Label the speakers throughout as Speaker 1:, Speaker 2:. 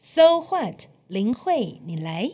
Speaker 1: So what？林慧，你来。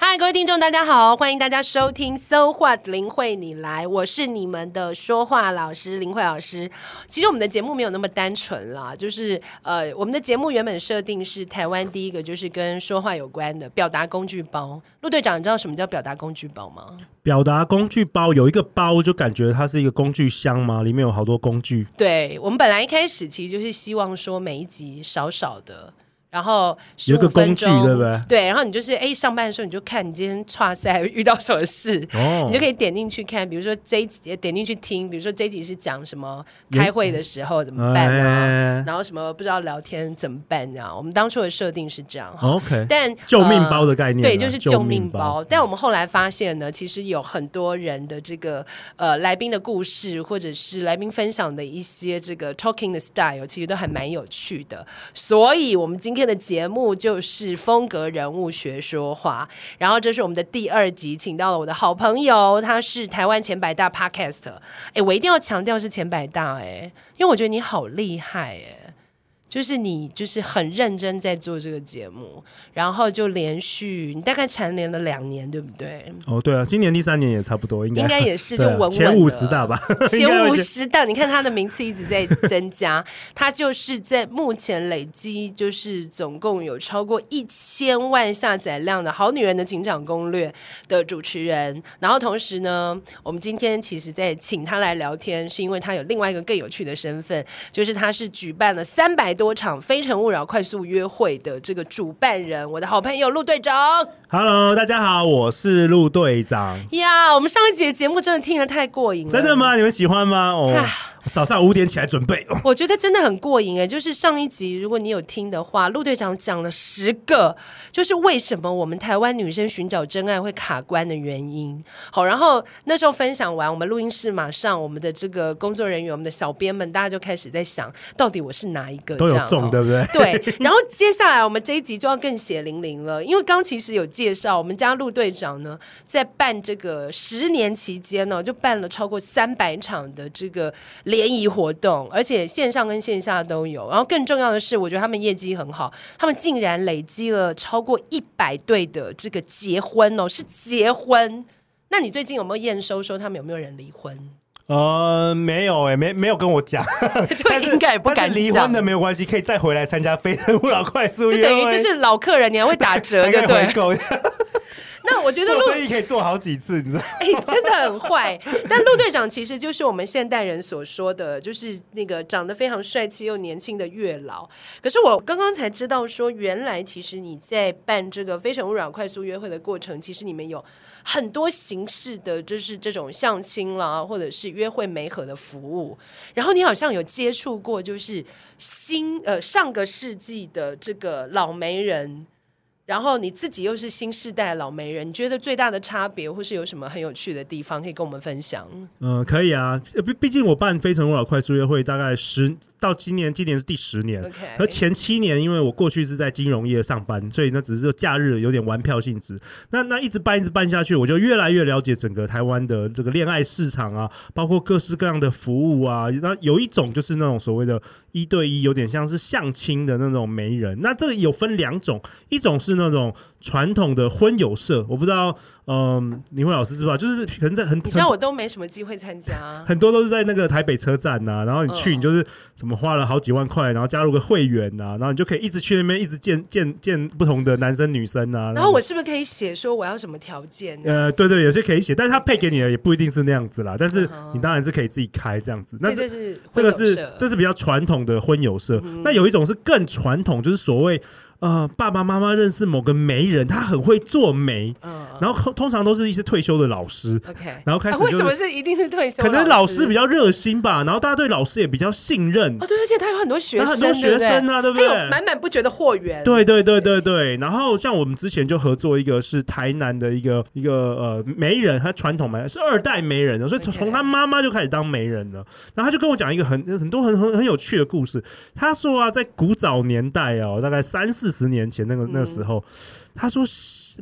Speaker 2: 嗨，各位听众，大家好，欢迎大家收听《So What 林慧你来》，我是你们的说话老师林慧老师。其实我们的节目没有那么单纯啦，就是呃，我们的节目原本设定是台湾第一个就是跟说话有关的表达工具包。陆队长，你知道什么叫表达工具包吗？
Speaker 3: 表达工具包有一个包，就感觉它是一个工具箱嘛，里面有好多工具。
Speaker 2: 对我们本来一开始其实就是希望说每一集少少的，然后
Speaker 3: 有一个
Speaker 2: 15分
Speaker 3: 工具
Speaker 2: 钟
Speaker 3: 对不对
Speaker 2: 对，然后你就是哎上班的时候你就看你今天跨赛 遇到什么事，
Speaker 3: 哦
Speaker 2: 你就可以点进去看，比如说这一集点进去听，比如说这一集是讲什么开会的时候怎么办啊，
Speaker 3: 哎
Speaker 2: 然后什么不知道聊天怎么办这样。我们当初的设定是这样哈。
Speaker 3: ，OK，
Speaker 2: 但
Speaker 3: 哦救命
Speaker 2: 呃
Speaker 3: 包的概念啊、
Speaker 2: 对，就是救命包。但我们后来发现呢，其实有很多人的这个呃来宾的故事，或者是来宾分享的一些这个 talking 的 style，其实都还蛮有趣的。所以我们今天的节目就是风格人物学说话，然后这是我们的第二集，请到了我的好朋友，他是台湾前百大 podcast。哎，我一定要强调是前百大哎、因为我觉得你好厉害哎、就是你就是很认真在做这个节目，然后就连续你大概蝉联了两年，对不对？
Speaker 3: 哦，对啊，今年第三年也差不多，应该
Speaker 2: 应该也 是
Speaker 3: 对啊
Speaker 2: 就稳稳的
Speaker 3: 前五十大吧， 应该
Speaker 2: 前
Speaker 3: 会
Speaker 2: 五
Speaker 3: 是
Speaker 2: 十档，你看他的名次一直在增加， 他就是在目前累积就是总共有超过一千万下载量的《好女人的情场攻略》的主持人。然后同时呢，我们今天其实在请他来聊天，是因为他有另外一个更有趣的身份，就是他是举办了三百多场《非诚勿扰》快速约会的这个主办人，我的好朋友陆队长。
Speaker 3: Hello，大家好，我是陆队长。
Speaker 2: 呀我们上一集的节目真的听得太过瘾了，
Speaker 3: 真的？吗？你们喜欢吗？哦
Speaker 2: 啊，
Speaker 3: 早上五点起来准备。哦
Speaker 2: 我觉得真的很过瘾哎，就是上一集如果你有听的话，陆队长讲了十个，就是为什么我们台湾女生寻找真爱会卡关的原因。好，然后那时候分享完，我们录音室马上我们的这个工作人员、我们的小编们，大家就开始在想，到底我是哪一个
Speaker 3: 都
Speaker 2: 这
Speaker 3: 有
Speaker 2: 样
Speaker 3: 中，
Speaker 2: 哦
Speaker 3: 对不 对？
Speaker 2: 对，然后接下来我们这一集就要更血淋淋了，因为刚其实有介绍，我们家陆队长呢在办这个十年期间呢、就办了超过三百场的这个联谊活动，而且线上跟线下都有。然后更重要的是，我觉得他们业绩很好，他们竟然累积了超过一百对的这个结婚哦，是结婚。那你最近有没有验收说他们有没有人离 婚？
Speaker 3: 呃，没有哎，没没有跟我讲，
Speaker 2: 就
Speaker 3: 但是
Speaker 2: 应该也不敢
Speaker 3: 但是离婚的
Speaker 2: 讲
Speaker 3: 没有关系，可以再回来参加非诚勿扰快速约
Speaker 2: 就
Speaker 3: 会。
Speaker 2: 等于就是老客人，你还会打 折，
Speaker 3: 还
Speaker 2: 就
Speaker 3: 可以
Speaker 2: 对
Speaker 3: 回
Speaker 2: 了。
Speaker 3: 购。
Speaker 2: 那我觉得陆
Speaker 3: 做生意可以做好几次，你知道？
Speaker 2: 哎、真的很坏。但陆队长其实就是我们现代人所说的，就是那个长得非常帅气又年轻的月老。可是我刚刚才知道说，原来其实你在办这个《非诚勿扰》快速约会的过程，其实你们有很多形式的，就是这种相亲啦，或者是约会媒合的服务。然后你好像有接触过，就是新呃上个世纪的这个老媒人。然后你自己又是新世代的老媒人，你觉得最大的差别，或是有什么很有趣的地方可以跟我们分享？
Speaker 3: 嗯，可以啊，呃毕毕竟我办《非诚勿扰》快速约会大概十到今年，今年是第十年。
Speaker 2: OK
Speaker 3: 而前七年，因为我过去是在金融业上班，所以那只是假日有点玩票性质。那那一直办一直办下去，我就越来越了解整个台湾的这个恋爱市场啊，包括各式各样的服务啊。那有一种就是那种所谓的一对一，有点像是相亲的那种媒人。那这个有分两种，一种是那种传统的婚友社，我不知道，嗯，林慧老师知不知道？就是可能在很，
Speaker 2: 你知道我都没什么机会参加啊
Speaker 3: 很多都是在那个台北车站呐、然后你
Speaker 2: 嗯
Speaker 3: 去，你就是什么花了好几万块，然后加入个会员呐、然后你就可以一直去那边，一直见见见不同的男生女生啊呐、
Speaker 2: 然后我是不是可以写说我要什么条件 呢？
Speaker 3: 呃，对对，有些可以写，但是他配给你的也不一定是那样子啦，但是你当然是可以自己开这样子。那
Speaker 2: 所以这是
Speaker 3: 这个是
Speaker 2: 婚友社
Speaker 3: 这是比较传统
Speaker 2: 嗯
Speaker 3: 的婚友社，那有一种是更传统，就是所谓呃爸爸妈妈认识某个媒人，他很会做媒，
Speaker 2: 嗯
Speaker 3: 然后通常都是一些退休的老师，
Speaker 2: ，OK。
Speaker 3: 然后开
Speaker 2: 啊
Speaker 3: 始
Speaker 2: 为
Speaker 3: 就
Speaker 2: 什么
Speaker 3: 是
Speaker 2: 是一定是退休？
Speaker 3: 可能
Speaker 2: 老
Speaker 3: 老师比较热心吧，然后大家对老师也比较信任
Speaker 2: 哦，，对，而且他有很多学
Speaker 3: 然
Speaker 2: 生，
Speaker 3: 后很多学生啊，对
Speaker 2: 对
Speaker 3: 不
Speaker 2: 不对？还有
Speaker 3: 对？
Speaker 2: 满满不绝的货源。
Speaker 3: 对对对对对，然后像我们之前就合作一个是台南的一个一个呃媒人，他传统媒人是二代媒人的，所以从
Speaker 2: OK
Speaker 3: 从他妈妈就开始当媒人了。然后他就跟我讲一个很很多很很很有趣的故事。他说啊，在古早年代哦，大概三四十年前那个那时候，他说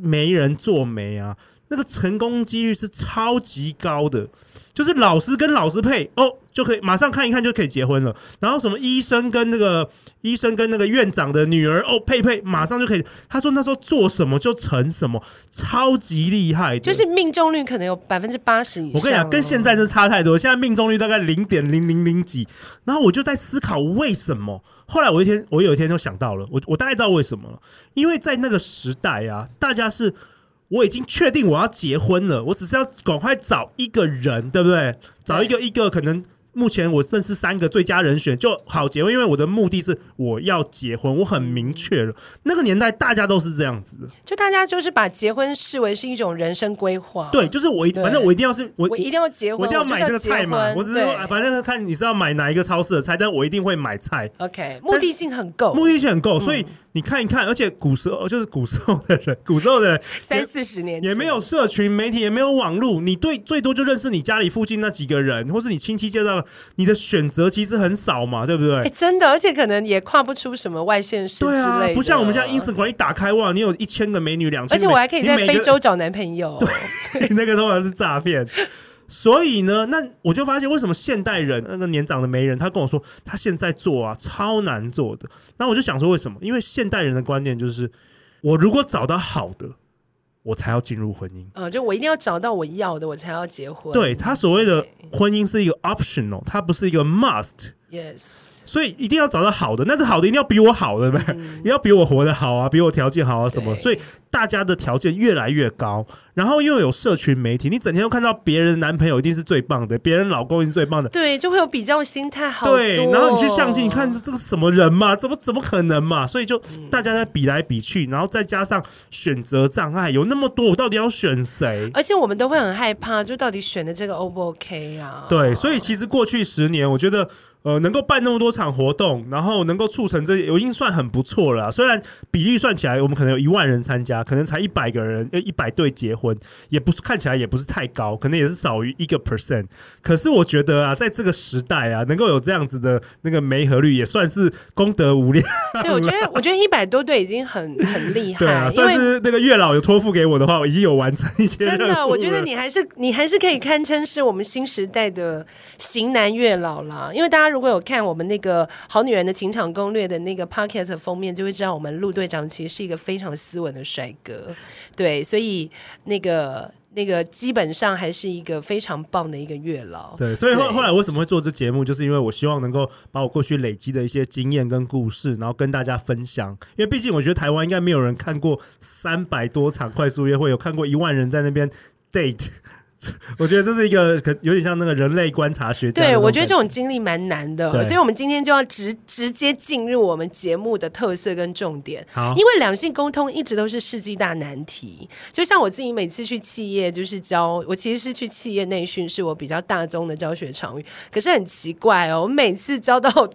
Speaker 3: 媒人做媒啊，那个成功几率是超级高的。就是老师跟老师配哦，就可以马上看一看就可以结婚了。然后什么医生跟那个医生跟那个院长的女儿哦配配，马上就可以。他说那时候做什么就成什么，超级厉害的。
Speaker 2: 就是命中率可能有百分之八十以上哦。
Speaker 3: 我跟你讲，跟现在是差太多。现在命中率大概零点零零零几，然后我就在思考为什么。后来我一天，我有一天就想到了，我我大概知道为什么了，因为在那个时代啊，大家是我已经确定我要结婚了，我只是要赶快找一个人，对不对？找一个一个可能。目前我认识三个最佳人选就好结婚，因为我的目的是我要结婚，我很明确了。
Speaker 2: 嗯
Speaker 3: 那个年代大家都是这样子的，
Speaker 2: 就大家就是把结婚视为是一种人生规划。
Speaker 3: 对，，就是我一
Speaker 2: 对
Speaker 3: 反正我一定要是我
Speaker 2: 我一定要结婚，
Speaker 3: 我一定要买这个菜嘛，我
Speaker 2: 我
Speaker 3: 只
Speaker 2: 就是要结
Speaker 3: 说，
Speaker 2: 婚
Speaker 3: 啊反正看你是要买哪一个超市的菜，但我一定会买菜，
Speaker 2: 对 OK，目的性很够，
Speaker 3: 目的性很够，所以
Speaker 2: 嗯
Speaker 3: 你看一看，而且古时候就是古时候的人，古时候的人
Speaker 2: 三四十年
Speaker 3: 也
Speaker 2: 前
Speaker 3: 没有社群媒体，也没有网络，你对最多就认识你家里附近那几个人，或是你亲戚介绍的，你的选择其实很少嘛，对不对？
Speaker 2: 哎，真的，而且可能也跨不出什么外线市之
Speaker 3: 对啊
Speaker 2: 类的，，
Speaker 3: 不像我们现在 Instagram 一打开哇，你有一千个美女，两千，
Speaker 2: 而且我还可以
Speaker 3: 你
Speaker 2: 在
Speaker 3: 每个
Speaker 2: 非洲找男朋友。
Speaker 3: 那个通常是诈骗。所以呢，那我就发现为什么现代人那个年长的媒人，他跟我说他现在做啊超难做的。那我就想说为什么？因为现代人的观念就是，我如果找到好的，我才要进入婚姻。
Speaker 2: 嗯，就我一定要找到我要的，我才要结婚。
Speaker 3: 对他所谓的婚姻是一个 optional，它不是一个 must，
Speaker 2: ，yes，
Speaker 3: 所以一定要找到好的。那这好的一定要比我好，对不对？一定 要比我活得好啊，比我条件好啊什么。
Speaker 2: 嗯对
Speaker 3: 所以大家的条件越来越高，然后又有社群媒体，你整天都看到别人的男朋友一定是最棒的，别人老公一定是最棒的。
Speaker 2: 对，就会有比较心态好多哦。
Speaker 3: 对，然后你去相亲，你看这这个什么人嘛？怎么怎么可能嘛？所以
Speaker 2: 嗯
Speaker 3: 就大家在比来比去，然后再加上选择障碍，有那么多，我到底要选谁？
Speaker 2: 而且我们都会很害怕，就到底选的这个 O 不 OK 啊？
Speaker 3: 对，所以其实过去十年，我觉得呃，能够办那么多场活动，然后能够促成这，我已经算很不错了啊。虽然比例算起来，我们可能有一万人参加，可能才一百个人，呃，一百对结婚，也不是看起来也不是太高，可能也是少于一个 percent。可是我觉得啊，在这个时代啊，能够有这样子的那个媒合率，也算是功德无量。
Speaker 2: 对，我觉得我觉得一百多对已经很很厉害，
Speaker 3: 对啊，
Speaker 2: 因
Speaker 3: 算
Speaker 2: 为。
Speaker 3: 是那个月老有托付给我的话，我已经有完成一些
Speaker 2: 真
Speaker 3: 任务
Speaker 2: 的，
Speaker 3: 了
Speaker 2: 我觉得你还是你还是可以堪称是我们新时代的型男月老啦。因为大家如果有看我们那个《好女人的情场攻略》的那个 Pocket 封面，就会知道我们陆队长其实是一个非常斯文的帅哥。对，所以那个那个基本上还是一个非常棒的一个月老。
Speaker 3: 对，所以后
Speaker 2: 哦对
Speaker 3: 后来为什么会做这节目，就是因为我希望能够把我过去累积的一些经验跟故事，然后跟大家分享。因为毕竟我觉得台湾应该没有人看过三百多场快速约会，有看过一万人在那边 date。我 觉得这是一个可有点像那个人类观察学家的那
Speaker 2: 对，
Speaker 3: 种感。
Speaker 2: 我觉得这种经历蛮难的
Speaker 3: 对，
Speaker 2: 所以我们今天就要直直接进入我们节目的特色跟重点。
Speaker 3: 好
Speaker 2: 因为两性沟通一直都是世纪大难题。就像我自己每次去企业，就是教我其实是去企业内训，是我比较大宗的教学场域。可是很奇怪哦，我每次教到。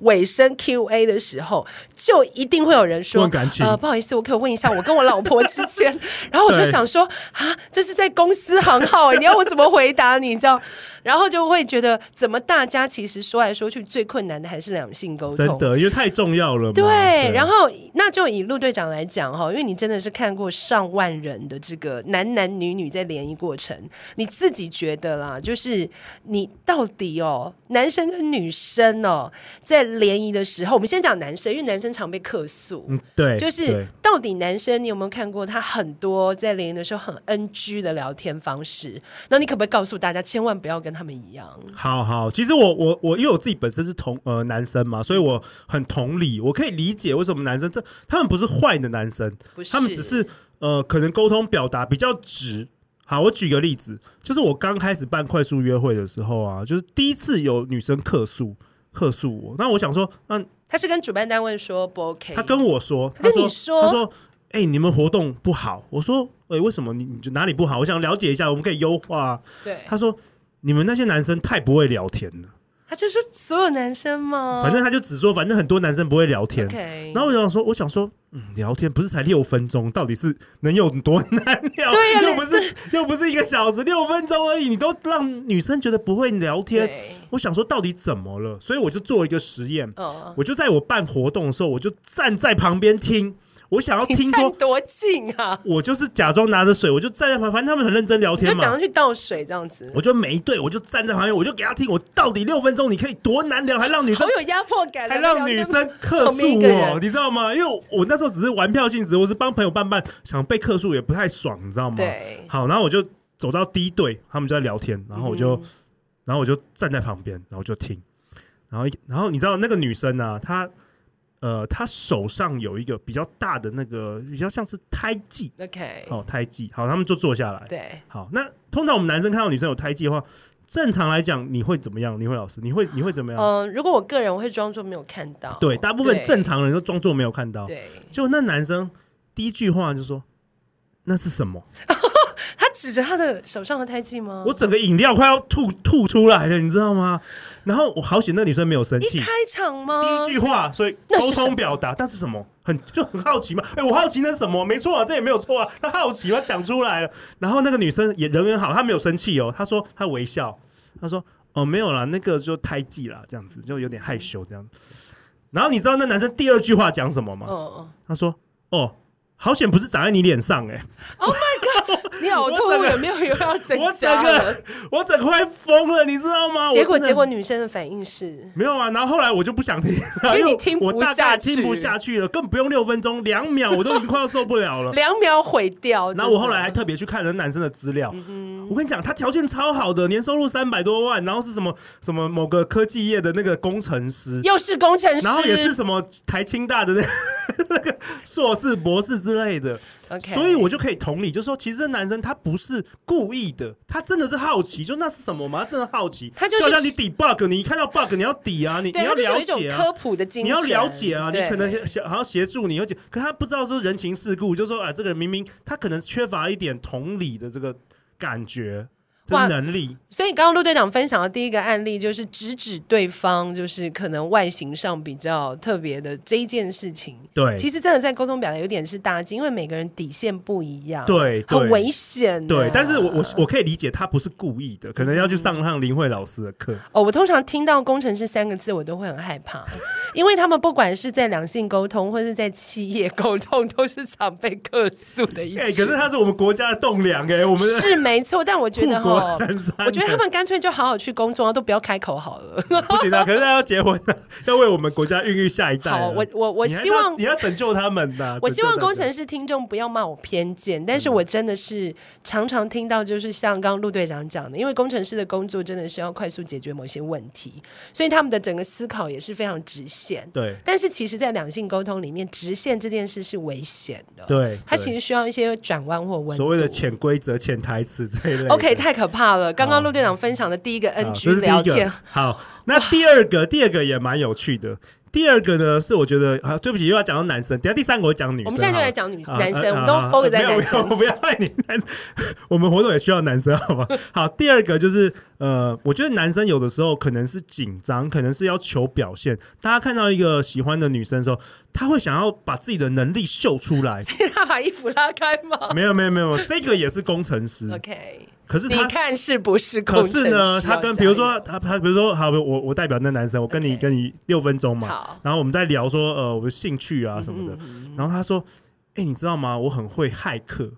Speaker 2: 尾声 Q&A 的时候，就一定会有人说
Speaker 3: 问感：“情
Speaker 2: 呃，不好意思，我可以问一下我跟我老婆之间。”然后我就
Speaker 3: 对
Speaker 2: 想说：“啊，这是在公司行号，欸你要我怎么回答你？”这样，然后就会觉得，怎么大家其实说来说去，最困难的还是两性沟通。
Speaker 3: 真的，因为太重要了嘛。
Speaker 2: 对，然
Speaker 3: 后
Speaker 2: 后那就以陆队长来讲哈，因为你真的是看过上万人的这个男男女女在联谊过程，你自己觉得啦，就是你到底哦，男生跟女生哦，在联谊的时候，我们先讲男生，因为男生常被客诉。
Speaker 3: 嗯，对，
Speaker 2: 就是
Speaker 3: 对
Speaker 2: 到底男生，你有没有看过他很多在联谊的时候很 NG 的聊天方式？那你可不可以告诉大家，千万不要跟他们一样？
Speaker 3: 好好，其实我我我因为我自己本身是同呃男生嘛，所以我很同理，我可以理解为什么男生这他们不是坏的男生，
Speaker 2: 不是
Speaker 3: 他们只是呃可能沟通表达比较直。好，我举个例子，就是我刚开始办快速约会的时候啊，就是第一次有女生客诉客诉我，那我想说，那
Speaker 2: 他是跟主办单位说不 OK，
Speaker 3: 他跟我说，
Speaker 2: 他跟
Speaker 3: 说
Speaker 2: 你说
Speaker 3: 他说，哎、哎、你们活动不好。”我说：“哎、为什么你你就哪里不好？我想了解一下，我们可以优化啊。”
Speaker 2: 对，
Speaker 3: 他说：“你们那些男生太不会聊天了。
Speaker 2: 他就说所有男生嘛，
Speaker 3: 反正他就只说，反正很多男生不会聊天。
Speaker 2: OK，
Speaker 3: 然后我想说，我想说，嗯，聊天不是才六分钟，到底是能有多难 聊？
Speaker 2: 对呀
Speaker 3: 又不是又不是一个小时，六分钟而已，你都让女生觉得不会聊天。
Speaker 2: 对，
Speaker 3: 我想说，到底怎么了？所以我就做一个实验，
Speaker 2: 哦，
Speaker 3: 我就在我办活动的时候，我就站在旁边听，我想要听
Speaker 2: 站
Speaker 3: 说，
Speaker 2: 多近啊？
Speaker 3: 我就是假装拿着水，我就站在旁，反正他们很认真聊
Speaker 2: 你就
Speaker 3: 天
Speaker 2: 讲
Speaker 3: 嘛
Speaker 2: 上。去倒水这样子，
Speaker 3: 我就每一队，我就站在旁边，我就给他听，我到底六分钟你可以多难聊，还让女 生
Speaker 2: 好有压迫感啊，
Speaker 3: 还
Speaker 2: 那
Speaker 3: 让
Speaker 2: 个
Speaker 3: 女生客
Speaker 2: 旁边
Speaker 3: 诉
Speaker 2: 一个人
Speaker 3: 我，你知道吗？因为我我那时候只是玩票性质，我是帮朋友办办，想被客诉也不太爽，你知道吗？。
Speaker 2: 对，
Speaker 3: 好，然后我就走到第一队，他们就在聊天，然后我
Speaker 2: 嗯
Speaker 3: 就，然后我就站在旁边，然后就听，然后一然后你知道那个女生呢、她呃，她手上有一个比较大的那个，比较像是胎记
Speaker 2: OK，
Speaker 3: 哦，啊胎记。好，他们就坐下来。
Speaker 2: 对，
Speaker 3: 好，那通常我们男生看到女生有胎记的话，正常来讲你会怎么样？你会老师，你会你会怎么样？
Speaker 2: 嗯，如果我个人我会装作没有看到，
Speaker 3: 对，大部分
Speaker 2: 对
Speaker 3: 正常人都装作没有看到。
Speaker 2: 对，
Speaker 3: 就那男生第一句话就说：“那是什么？”
Speaker 2: 他指着他的手上的胎记吗？
Speaker 3: 我整个饮料快要吐吐出来了，你知道吗？然后我好险，那女生没有生
Speaker 2: 一嗯
Speaker 3: 气。
Speaker 2: 开场
Speaker 3: 第
Speaker 2: 吗
Speaker 3: 一？句话，所以
Speaker 2: 那
Speaker 3: 沟
Speaker 2: 是什
Speaker 3: 通
Speaker 2: 么
Speaker 3: 表达，但是什么很就很好奇嘛？哎、我好奇那是什么？没错啊，这也没有错啊。他好奇，他讲出来了。然后那个女生也人很好，她没有生气哦，她说她微笑，她说哦没有啦，那个就胎记啦，这样子就有点害羞这样子。然后你知道那男生第二句话讲什么 吗？
Speaker 2: 嗯，
Speaker 3: 他说：“哦，好险不是长在你脸上、欸，
Speaker 2: 你呕
Speaker 3: 我整
Speaker 2: 吐
Speaker 3: 个
Speaker 2: 有啊没有有要增
Speaker 3: 我整
Speaker 2: 加了？
Speaker 3: 个我整个快疯了，你知道吗？
Speaker 2: 结果
Speaker 3: 我真的
Speaker 2: 结果女生的反应是，
Speaker 3: 没有啊，然后后来我就不想 听了，
Speaker 2: 因为你
Speaker 3: 我
Speaker 2: 听不
Speaker 3: 我大
Speaker 2: 下
Speaker 3: 概
Speaker 2: 去
Speaker 3: 听不下去了，更不用六分钟，两秒我都已经快要受不了 了。”
Speaker 2: 两秒毁掉。
Speaker 3: 嗯然后我后
Speaker 2: 真的嗯
Speaker 3: 来还特别去看了男生的资料，我跟你讲，他条件超好的，年收入三百多万，然后是什么什么某个科技业的那个工程师，
Speaker 2: 又是工程师，
Speaker 3: 然后也是什么台清大的那那个 硕士、博士之类的。
Speaker 2: OK，
Speaker 3: 所以我就可以同理，就是说，其实这男生他不是故意的，他真的是好奇，就那是什么嘛？他真的好奇，
Speaker 2: 他就是
Speaker 3: 就好像你抵 bug，你一看到 bug 你要抵啊，你你
Speaker 2: 对，
Speaker 3: 要
Speaker 2: 他就是有
Speaker 3: 了
Speaker 2: 一种
Speaker 3: 解啊。
Speaker 2: 科普的精
Speaker 3: 你
Speaker 2: 神，
Speaker 3: 要了解啊，你
Speaker 2: 对
Speaker 3: 可能想好像协助你，而且可他不知道说人情世故，就说啊，这个人明明他可能缺乏一点同理的这个感觉，这
Speaker 2: 哇
Speaker 3: 能力，
Speaker 2: 所以刚刚陆队长分享的第一个案例就是直指对方，就是可能外形上比较特别的这一件事情。
Speaker 3: 对
Speaker 2: 其实真的在沟通表达有点是大忌，因为每个人底线不一样，，
Speaker 3: 对
Speaker 2: 很危
Speaker 3: 对
Speaker 2: 险啊、
Speaker 3: 对，但是我我我可以理解他不是故意的，可能要去
Speaker 2: 嗯
Speaker 3: 上上林慧老师的课，
Speaker 2: 哦，我通常听到“工程师”三个字，我都会很害怕，因为他们不管是在两性沟通，或是在企业沟通，都是常被客诉的一群。
Speaker 3: 哎，可是他是我们国家的栋梁哎，我们的
Speaker 2: 是没错，但我觉得
Speaker 3: 护国
Speaker 2: 哈
Speaker 3: 神山，
Speaker 2: 我觉得
Speaker 3: 的
Speaker 2: 他们干脆就好好去工作，然后都不要开口好 了。
Speaker 3: 不行啊！可是他要结婚啊， 要为我们国家孕育下一代啊。
Speaker 2: 好，我我我
Speaker 3: 你还
Speaker 2: 希
Speaker 3: 是要
Speaker 2: 望
Speaker 3: 你要拯救他们的。
Speaker 2: 我希望
Speaker 3: 拯救他
Speaker 2: 工
Speaker 3: 们
Speaker 2: 程师听众不要骂我偏见，但是
Speaker 3: 嗯
Speaker 2: 我真的是常常听到，就是像刚刚陆队长讲的，因为工程师的工作真的是要快速解决某些问题，所以他们的整个思考也是非常直线。
Speaker 3: 对
Speaker 2: 但是其实，在两性沟通里面，直线这件事是危险的，，
Speaker 3: 对，
Speaker 2: 它
Speaker 3: 对
Speaker 2: 其实需要一些转弯或温度。
Speaker 3: 所谓的潜规则、潜台词这一类的。
Speaker 2: OK 太可怕了！刚刚陆队长分享的第一个
Speaker 3: 好
Speaker 2: NG
Speaker 3: 这是第
Speaker 2: 聊
Speaker 3: 一
Speaker 2: 天
Speaker 3: 个，。好，那第二个，第二个也蛮有趣的。第二个呢，是我觉得啊，对不起，又要讲到男生。等一下第三个我讲女生好了。
Speaker 2: 我们现在就来讲女
Speaker 3: 啊
Speaker 2: 男生，
Speaker 3: 啊
Speaker 2: 我们都
Speaker 3: 啊
Speaker 2: focus 在
Speaker 3: 没有
Speaker 2: 男
Speaker 3: 没有我
Speaker 2: 生。
Speaker 3: 不要害你男生，我们活动也需要男生，好吗？好，第二个就是呃，我觉得男生有的时候可能是紧张，可能是要求表现。大家看到一个喜欢的女生的时候，他会想要把自己的能力秀出来。
Speaker 2: 他把衣服拉开吗
Speaker 3: 没有没有没有，这个也是工程师，
Speaker 2: ？OK，
Speaker 3: 可是
Speaker 2: 你
Speaker 3: 他。
Speaker 2: 看是不是工
Speaker 3: 可
Speaker 2: 程师要
Speaker 3: 是
Speaker 2: 加油？
Speaker 3: 呢，他跟比如说他他比如说好，我我代表那男生，我跟你
Speaker 2: OK
Speaker 3: 跟你六分钟嘛，
Speaker 2: 好，嗯
Speaker 3: 然后我们在聊说呃我的兴趣啊什么的，然后他说，哎、你知道吗？我很会骇客，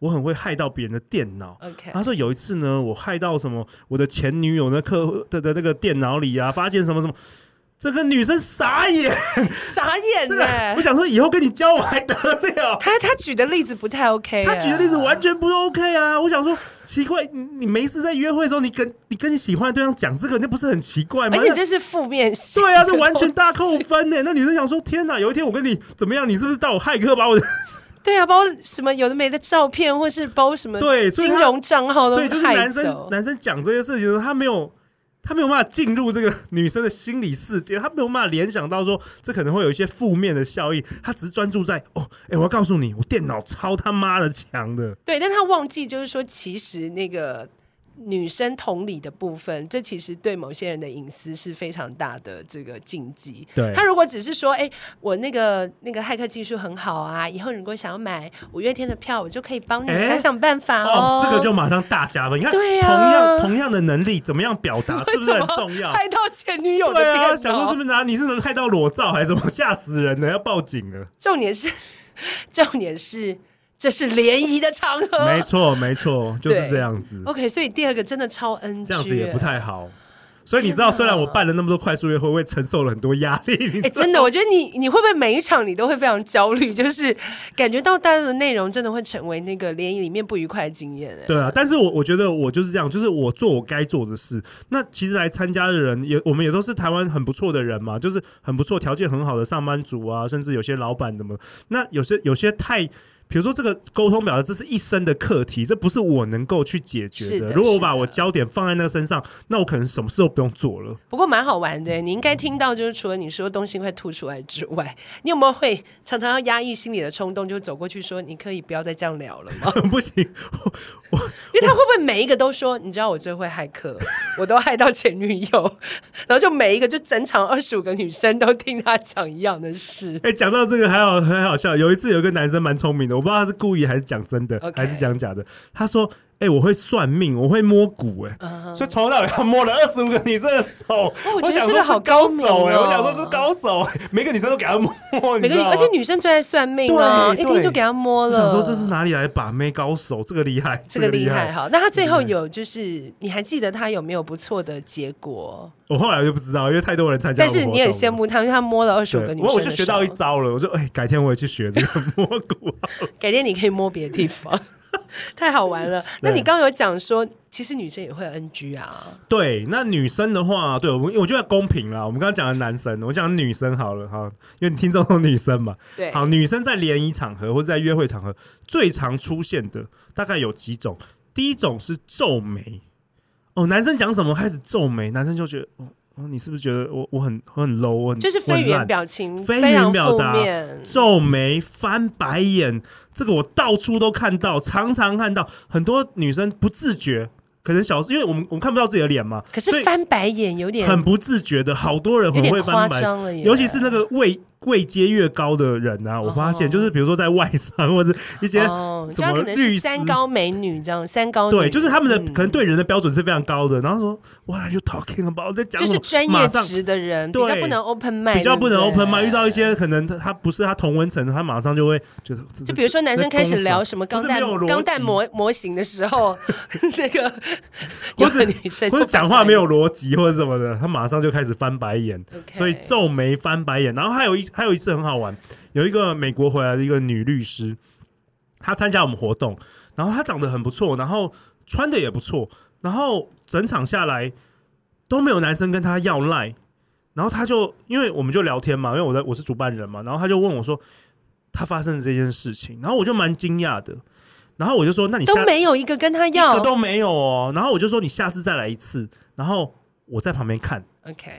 Speaker 3: 我很会害到别人的电脑。
Speaker 2: OK，
Speaker 3: 他说啊有一次呢，我害到什么我的前女友那客户的的那个电脑里啊，发现什么什么。这个女生 傻眼，
Speaker 2: 傻眼
Speaker 3: 真
Speaker 2: 呢、
Speaker 3: 的，我想说以后跟你交往还得了？
Speaker 2: 他他举的例子不太 OK，
Speaker 3: 他
Speaker 2: 耶
Speaker 3: 举的例子完全不 OK 啊！我想说，奇怪，你你没事在约会的时候，你跟你跟你喜欢的对象讲这个，那不是很奇怪吗？
Speaker 2: 而且
Speaker 3: 那
Speaker 2: 这是负面性，
Speaker 3: 对啊，这完全大扣。分 呢。那女生想说，天哪，有一天我跟你怎么样，你是不是到我骇客 把我的？
Speaker 2: 对啊，包什么有的没的照片，或是包什么
Speaker 3: 对所以
Speaker 2: 金
Speaker 3: 他
Speaker 2: 融账号都
Speaker 3: 所以就是
Speaker 2: 害
Speaker 3: 男
Speaker 2: 走
Speaker 3: 生。男生讲这些事情的时候，他没有他没有办法进入这个女生的心理世界，他没有办法联想到说这可能会有一些负面的效应，他只是专注在哦，哎、我要告诉你，我电脑超他妈的强的，
Speaker 2: 对，但他忘记就是说，其实那个女生同理的部分，这其实对某些人的隐私是非常大的这个禁忌。
Speaker 3: 对
Speaker 2: 他如果只是说，哎、我那个那个骇客技术很好啊，以后如果想要买五月天的票，我就可以帮你
Speaker 3: 哎
Speaker 2: 想想办法
Speaker 3: 哦，这个就马上大加分。你看，
Speaker 2: 对啊
Speaker 3: 同样同样的能力，怎么样表 达，是不是很重要？
Speaker 2: 拍到前女友的
Speaker 3: 对
Speaker 2: 电脑，
Speaker 3: 啊，想说是不是拿你是能拍到裸照还是什么，吓死人了，要报警 了。
Speaker 2: 重点是，重点是，这是联谊的场合。
Speaker 3: 没错，没错，就是这样子，
Speaker 2: OK，所以第二个真的超 NG，
Speaker 3: 这样子也不太好。所以你知道，虽然我办了那么多快速约会，我也承受了很多压力。你
Speaker 2: 哎、
Speaker 3: 知道
Speaker 2: 真的，我觉得你你会不会每一场你都会非常焦虑，就是感觉到大家的内容真的会成为那个联谊里面不愉快的经验、哎，
Speaker 3: 对啊，但是我我觉得我就是这样，就是我做我该做的事。那其实来参加的人也，我们也都是台湾很不错的人嘛，就是很不错、条件很好的上班族啊，甚至有些老板怎么，那有些有些太。比如说，这个沟通表达，这是一生的课题，这不是我能够去解决
Speaker 2: 是的
Speaker 3: 如果我
Speaker 2: 是
Speaker 3: 把
Speaker 2: 的
Speaker 3: 我焦点放在那个身上，那我可能什么事都不用做了。
Speaker 2: 不过蛮好玩
Speaker 3: 嗯
Speaker 2: 的、哎你应该听到，就是除了你说东西会吐出来之外，你有没有会常常要压抑心里的冲动，就走过去说，你可以不要再这样聊了吗？
Speaker 3: 不行，
Speaker 2: 因为他会不会每一个都说，你知道我最会骇客，我都害到前女友， 然后就每一个就整场二十五个女生都听他讲一样的 事。
Speaker 3: 哎、讲到这个还好很好笑。有一次有一个男生蛮聪明的，我不知道他是故意还是讲真的
Speaker 2: OK
Speaker 3: 还是讲假的。他说：“哎、我会算命，我会摸骨、哎、所以从头到尾他摸了二十五个女生的手。
Speaker 2: 嗯哦我觉得
Speaker 3: 想
Speaker 2: 这
Speaker 3: 说
Speaker 2: 个
Speaker 3: 是
Speaker 2: 好
Speaker 3: 高
Speaker 2: 高
Speaker 3: 手
Speaker 2: 明
Speaker 3: 哎、
Speaker 2: 哦
Speaker 3: 我想说是高手、哎每个女生都给他摸，你
Speaker 2: 每
Speaker 3: 知
Speaker 2: 个女
Speaker 3: 道吗
Speaker 2: 而且女生最爱算命啊，
Speaker 3: 对
Speaker 2: 一听就给她摸
Speaker 3: 我
Speaker 2: 了。
Speaker 3: 想说这是哪里来的把妹高手？这个厉害，
Speaker 2: 这个厉害
Speaker 3: 害。嗯
Speaker 2: 哈。那他最后有就是，你还记得他有没有不错的结果？
Speaker 3: 我后来就不知道，因为太多人参加
Speaker 2: 但
Speaker 3: 我活动
Speaker 2: 是
Speaker 3: 了。
Speaker 2: 你也羡慕他，因为他摸了二十五
Speaker 3: 对。
Speaker 2: 个女生的
Speaker 3: 我我就学到一
Speaker 2: 手
Speaker 3: 招了，我就哎、改天我也去学这个摸骨。
Speaker 2: 改天你可以摸别的地 方，太好玩了。那你刚刚有讲说，其实女生也会 NG 啊，
Speaker 3: 对，那女生的话，对我们我觉得公平啦。我们刚刚讲的男生，我讲女生好了哈，因为你听众都女生嘛。
Speaker 2: 对，
Speaker 3: 好，女生在联谊场合或者在约会场合最常出现的大概有几种，第一种是皱眉。哦，男生讲什么开始皱眉，男生就觉得哦哦，你是不是觉得我我很我很 low，我很
Speaker 2: 就是非语
Speaker 3: 我很
Speaker 2: 言
Speaker 3: 烂
Speaker 2: 表情
Speaker 3: 非语
Speaker 2: 非
Speaker 3: 言
Speaker 2: 常
Speaker 3: 表
Speaker 2: 负
Speaker 3: 达
Speaker 2: 面，
Speaker 3: 皱眉、翻白眼，这个我到处都看到，常常看到很多女生不自觉，可能小因为我们我们看不到自己的脸嘛，
Speaker 2: 可
Speaker 3: 所
Speaker 2: 是
Speaker 3: 以
Speaker 2: 翻白眼有点
Speaker 3: 很不自觉的，好多人
Speaker 2: 有
Speaker 3: 很会
Speaker 2: 点
Speaker 3: 翻
Speaker 2: 夸
Speaker 3: 白眼，
Speaker 2: 张了耶，
Speaker 3: 尤其是那个位位阶越高的人啊，我发现
Speaker 2: 哦
Speaker 3: 就是比如说在外商或者一些。
Speaker 2: 哦，
Speaker 3: 什
Speaker 2: 这样
Speaker 3: 么
Speaker 2: 可能
Speaker 3: 律
Speaker 2: 是
Speaker 3: 师
Speaker 2: 三高美女这样，三高
Speaker 3: 对，
Speaker 2: 女
Speaker 3: 就是他们的、
Speaker 2: 嗯
Speaker 3: 可能对人的标准是非常高的，然后说哇，you talking about 在讲
Speaker 2: 就
Speaker 3: 什
Speaker 2: 是
Speaker 3: 么
Speaker 2: 专
Speaker 3: 马
Speaker 2: 业
Speaker 3: 上
Speaker 2: 值的人，比
Speaker 3: 对
Speaker 2: 较不能 open mind，
Speaker 3: 比较不能
Speaker 2: 对
Speaker 3: open 嘛，
Speaker 2: 对
Speaker 3: 遇到一些可能他他不是他同温层，他马上就会觉得这
Speaker 2: 就比如说男生开始聊什么
Speaker 3: 不
Speaker 2: 钢
Speaker 3: 是没
Speaker 2: 弹
Speaker 3: 有逻辑
Speaker 2: 钢弹模模型的时候， 那个
Speaker 3: 或
Speaker 2: 有
Speaker 3: 者
Speaker 2: 的女生
Speaker 3: 或者
Speaker 2: 就
Speaker 3: 讲话没有逻辑或者什么的，他马上就开始翻白眼
Speaker 2: OK
Speaker 3: 所以皱眉翻白眼。然后还有一还有一次很好玩，有一个美国回来的一个女律师，她参加我们活动，然后她长得很不错，然后穿的也不错，然后整场下来都没有男生跟她要赖，然后她就因为我们就聊天嘛，因为我在我是主办人嘛，然后她就问我说她发生了这件事情，然后我就蛮惊讶的，然后我就说那你
Speaker 2: 都
Speaker 3: 下
Speaker 2: 没有一个跟他
Speaker 3: 一
Speaker 2: 要
Speaker 3: 个都没有哦。然后我就说你下次再来一次，然后我在旁边看。
Speaker 2: OK，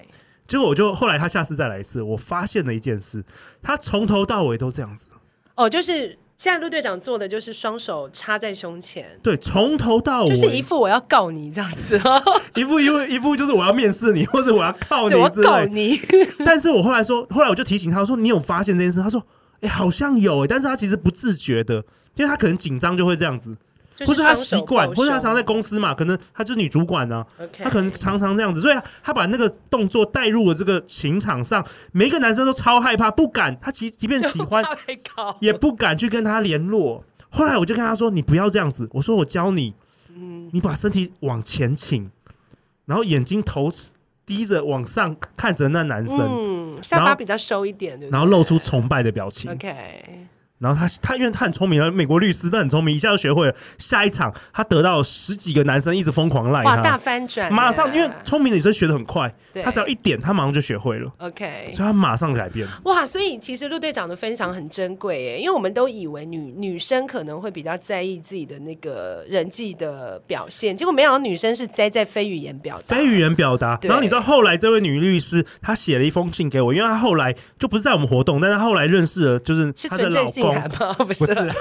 Speaker 3: 结果我就后来他下次再来一次，我发现了一件事，他从头到尾都这样子，
Speaker 2: 哦，就是现在陆队长做的就是双手插在胸前。
Speaker 3: 对，从头到尾
Speaker 2: 就是一副我要告你这样子，哦
Speaker 3: 一步一步一步就是我要面试你，或者我要靠
Speaker 2: 对，我要
Speaker 3: 哦你之
Speaker 2: 告
Speaker 3: 类。
Speaker 2: 你，
Speaker 3: 但是我后来说，后来我就提醒他说，你有发现这件事？他说，哎、好像有、诶但是他其实不自觉的，因为他可能紧张就会这样子，
Speaker 2: 就
Speaker 3: 或者他
Speaker 2: 双
Speaker 3: 习
Speaker 2: 手
Speaker 3: 惯，
Speaker 2: 抱
Speaker 3: 或者他
Speaker 2: 胸
Speaker 3: 常常在公司嘛，可能他就是女主管呢、
Speaker 2: OK，
Speaker 3: 他可能常常这样子，所以他他把那个动作带入了这个情场上，每一个男生都超害怕，不敢，他其即便
Speaker 2: 就
Speaker 3: 喜欢
Speaker 2: 怕被告，
Speaker 3: 也不敢去跟他联络。后来我就跟他说：“你不要这样子。”我说：“我教你，
Speaker 2: 嗯
Speaker 3: 你把身体往前倾，然后眼睛头低着往上看着那男生，
Speaker 2: 嗯，下
Speaker 3: 然后
Speaker 2: 巴比较收一点，对不
Speaker 3: 然后露出崇拜的表情
Speaker 2: 对，？OK，
Speaker 3: 然后他他因为他很聪明，然后美国律师他很聪明，一下就学会了。下一场他得到十几个男生一直疯狂赖
Speaker 2: 哇，大
Speaker 3: 他，
Speaker 2: 翻转啊耶，
Speaker 3: 马上因为聪明的女生学的很快
Speaker 2: 对，
Speaker 3: 他只要一点，他马上就学会了，
Speaker 2: OK
Speaker 3: 所以。他马上改变。
Speaker 2: 哇，所以其实陆队长的分享很珍贵耶，因为我们都以为女女生可能会比较在意自己的那个人际的表现，结果没想到女生是栽在非语言表达。
Speaker 3: 非语言表达。
Speaker 2: 对
Speaker 3: 然后你知道后来这位女律师她写了一封信给我，因为她后来就不是在我们活动，但是她后来认识了，就是
Speaker 2: 是
Speaker 3: 她的
Speaker 2: 纯
Speaker 3: 老
Speaker 2: 正性
Speaker 3: 公
Speaker 2: 感。 吗？不
Speaker 3: 不
Speaker 2: 是，
Speaker 3: 是，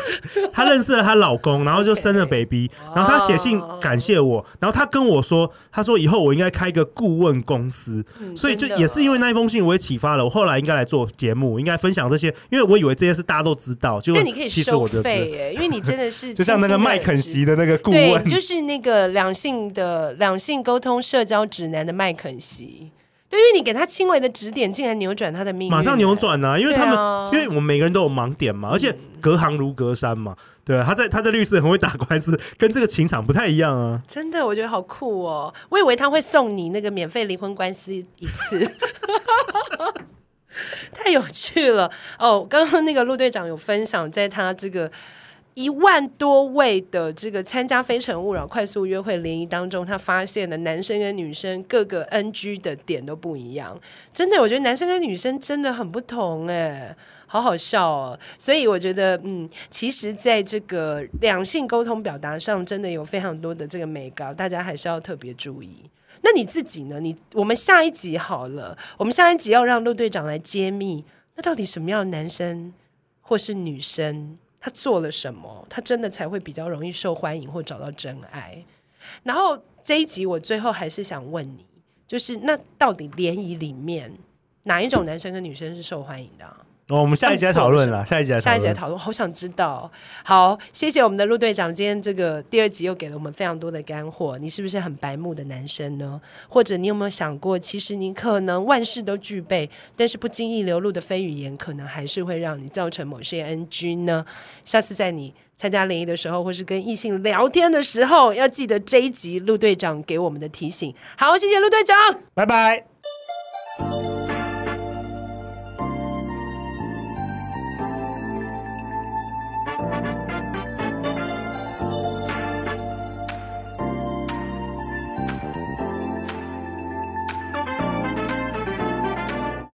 Speaker 3: 她认识了她老公，然后就 生了
Speaker 2: OK
Speaker 3: baby，然后她写信感谢我，然后她跟我说，她说以后我应该开一个顾问公司，
Speaker 2: 嗯
Speaker 3: 所以就
Speaker 2: 真的
Speaker 3: 也是因为那一封信，我也启发了我后来应该来做节目，应该分享这些，因为我以为这些是大家都知道，结果
Speaker 2: 但你可以
Speaker 3: 其实
Speaker 2: 收
Speaker 3: 我就知
Speaker 2: 费耶，因为你真的是
Speaker 3: 就像那个麦肯锡的那个顾
Speaker 2: 轻轻地
Speaker 3: 问
Speaker 2: 对，，就是那个两性的两性沟通社交指南的麦肯锡。对，因为你给他轻微的指点，竟然扭转他的命运，啊
Speaker 3: 马上扭。转呐、因为他们、
Speaker 2: 对啊
Speaker 3: 因为我们每个人都有盲点嘛，而且隔行如隔山嘛，对啊，他在他在律师很会打官司，跟这个情场不太一样啊。
Speaker 2: 真的，我觉得好酷哦！我以为他会送你那个免费离婚官司一次， 太有趣了哦！刚刚那个陆队长有分享，在他这个一万多位的这个参加《非诚勿扰》快速约会联谊当中，他发现了男生跟女生各个 NG 的点都不一样。真的，我觉得男生跟女生真的很不同哎。好好笑哦！所以我觉得，嗯，其实在这个两性沟通表达上，真的有非常多的这个美高，大家还是要特别注意。那你自己呢？你我们下一集好了，我们下一集要让陆队长来揭秘，那到底什么样的男生或是女生，他做了什么，他真的才会比较容易受欢迎或找到真爱？然后这一集我最后还是想问你，就是那到底联谊里面哪一种男生跟女生是受欢迎的啊、
Speaker 3: 哦，我们下一集再讨论啦，下一集再讨
Speaker 2: 下一
Speaker 3: 论
Speaker 2: 节的讨论，好想知道。好，谢谢我们的陆队长，今天这个第二集又给了我们非常多的干货。你是不是很白目的男生呢？或者你有没有想过，其实你可能万事都具备，但是不经意流露的非语言，可能还是会让你造成某些 NG 呢？下次在你参加联谊的时候，或是跟异性聊天的时候，要记得这一集陆队长给我们的提醒。好，谢谢陆队长。
Speaker 3: 拜拜。